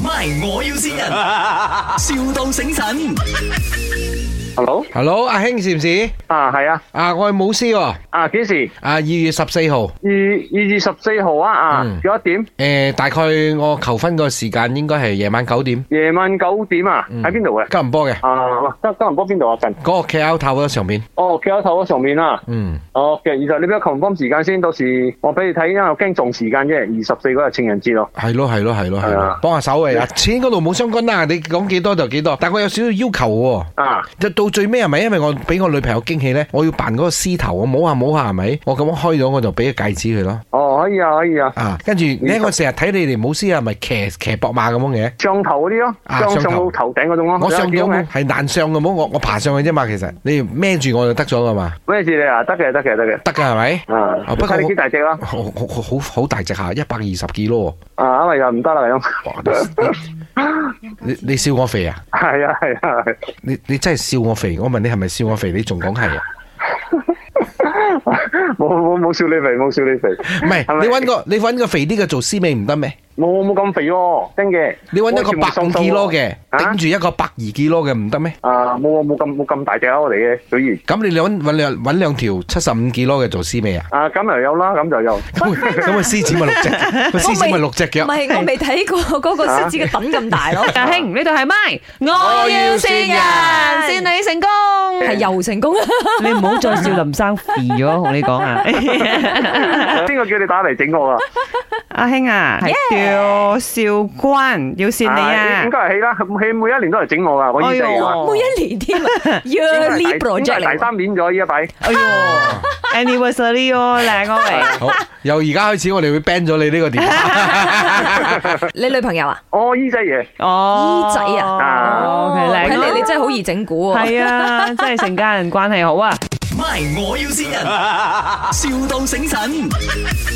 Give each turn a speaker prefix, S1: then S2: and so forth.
S1: ，MY 我要先人，,笑到醒神。
S2: Hello，
S3: Hello，阿兄是唔是？
S2: 啊係啊，
S3: 啊，我係舞師喎。啊，
S2: 啊幾時？
S3: 二月十四號，
S2: 二二月十四號啊啊
S3: 嗯，
S2: 幾多點？
S3: 诶、大概我求婚個時間應該係夜晚九點，
S2: 夜晚九點啊，
S3: 嗯
S2: 喺邊度嘅？
S3: 吉隆坡嘅
S2: 啊，哇吉吉隆坡邊度啊？近
S3: 嗰、個 KL 塔嗰上面。
S2: 哦，企喺頭嗰上面啊。
S3: 嗯，
S2: 哦，其實二十，你俾我 confirm 時間先，到時我俾你睇，因為我驚撞時間啫。二十四嗰日情人節咯。
S3: 係咯，係咯，係咯，係
S2: 係
S3: 咯
S2: 啊，
S3: 幫下手嚟啊！錢嗰度冇相干啦，你講幾多就幾多，但我有少少要求喎、
S2: 啊，
S3: 就到最尾係咪因為我俾我女朋友驚喜咧，我要扮嗰個獅頭，我摸下摸下係咪？我咁樣開咗我就俾個戒指佢咯。
S2: 哦，可以啊，可以啊，
S3: 啊，跟住咧我成日睇你哋舞師係咪騎騎膊馬咁樣嘅？
S2: 上頭嗰啲咯，
S3: 啊
S2: 上
S3: 上
S2: 上
S3: 頭
S2: 到頭頂嗰種咯。
S3: 我上
S2: 你有
S3: 咗
S2: 見
S3: 冇
S2: 咩？
S3: 係難上嘅冇，我我爬上去啫嘛。其實你孭住我就得咗噶嘛，
S2: 咩事你啊？得嘅，得嘅，得嘅。
S3: 得㗎係咪？
S2: 啊
S3: 啊，不過
S2: 睇你幾
S3: 我
S2: 大隻啦。
S3: 好好好好大隻下，一百二十幾咯。
S2: 啊，因為又唔得啦咁。
S3: 哇你你你笑我肥啊？
S2: 係啊，係啊，係。
S3: 你你真係笑我肥？我問你係咪笑我肥？你仲講係啊？
S2: 冇冇冇笑你肥，冇笑你肥。
S3: 唔係
S2: 係咪
S3: 你揾個你揾個肥啲嘅做師妹唔得咩？
S2: 冇冇咁肥喎，真嘅。
S3: 你揾一個
S2: 我全部
S3: 百
S2: 瘦
S3: 五
S2: 瘦
S3: K 咯
S2: 喎
S3: 嘅，
S2: 啊
S3: 頂住一個百二 K 咯嘅唔得咩？
S2: 啊，冇冇咁冇咁大隻啊！我哋嘅小兒
S3: 咁你揾揾兩揾兩條七十五 K 咯嘅做師妹 啊？
S2: 啊，咁又有啦，咁就有。
S3: 咁咁個獅子咪六隻，個獅子咪六隻
S4: 唔
S3: 腳。
S4: 係，我未睇過嗰個獅子嘅等咁大咯。
S5: 大兄，呢度係咪？我要善人，善你成功。
S4: 係啊又成功，
S5: 你唔好再笑林生肥咗，同你講啊！
S2: 邊個叫你打嚟整我啊？
S5: 阿兄啊，係叫少君，要善你
S2: 啊
S5: 啊
S2: 應該！係起啦，佢每一年都嚟整我噶，啊我依家
S5: 哎呦
S4: 每一年添啊
S2: 應該
S4: ，yearly
S2: 係第應該
S4: project
S2: 係第
S4: 嚟。
S2: 三年咗依家擺。
S5: 哎呦，anniversary 哦，靚啊 喂！
S3: 好，由而家開始我哋會 ban 咗你呢個電話。
S4: 你女朋友啊？
S2: 哦，依仔爺，
S5: 哦，
S4: 姨仔啊
S2: 啊
S5: ，OK，
S4: 睇
S5: 靚
S4: 嚟你
S5: 啊！
S4: 真係好易整蠱啊！
S5: 係啊，真係成家人關係好啊！
S1: MY 我要先人，,笑到醒神。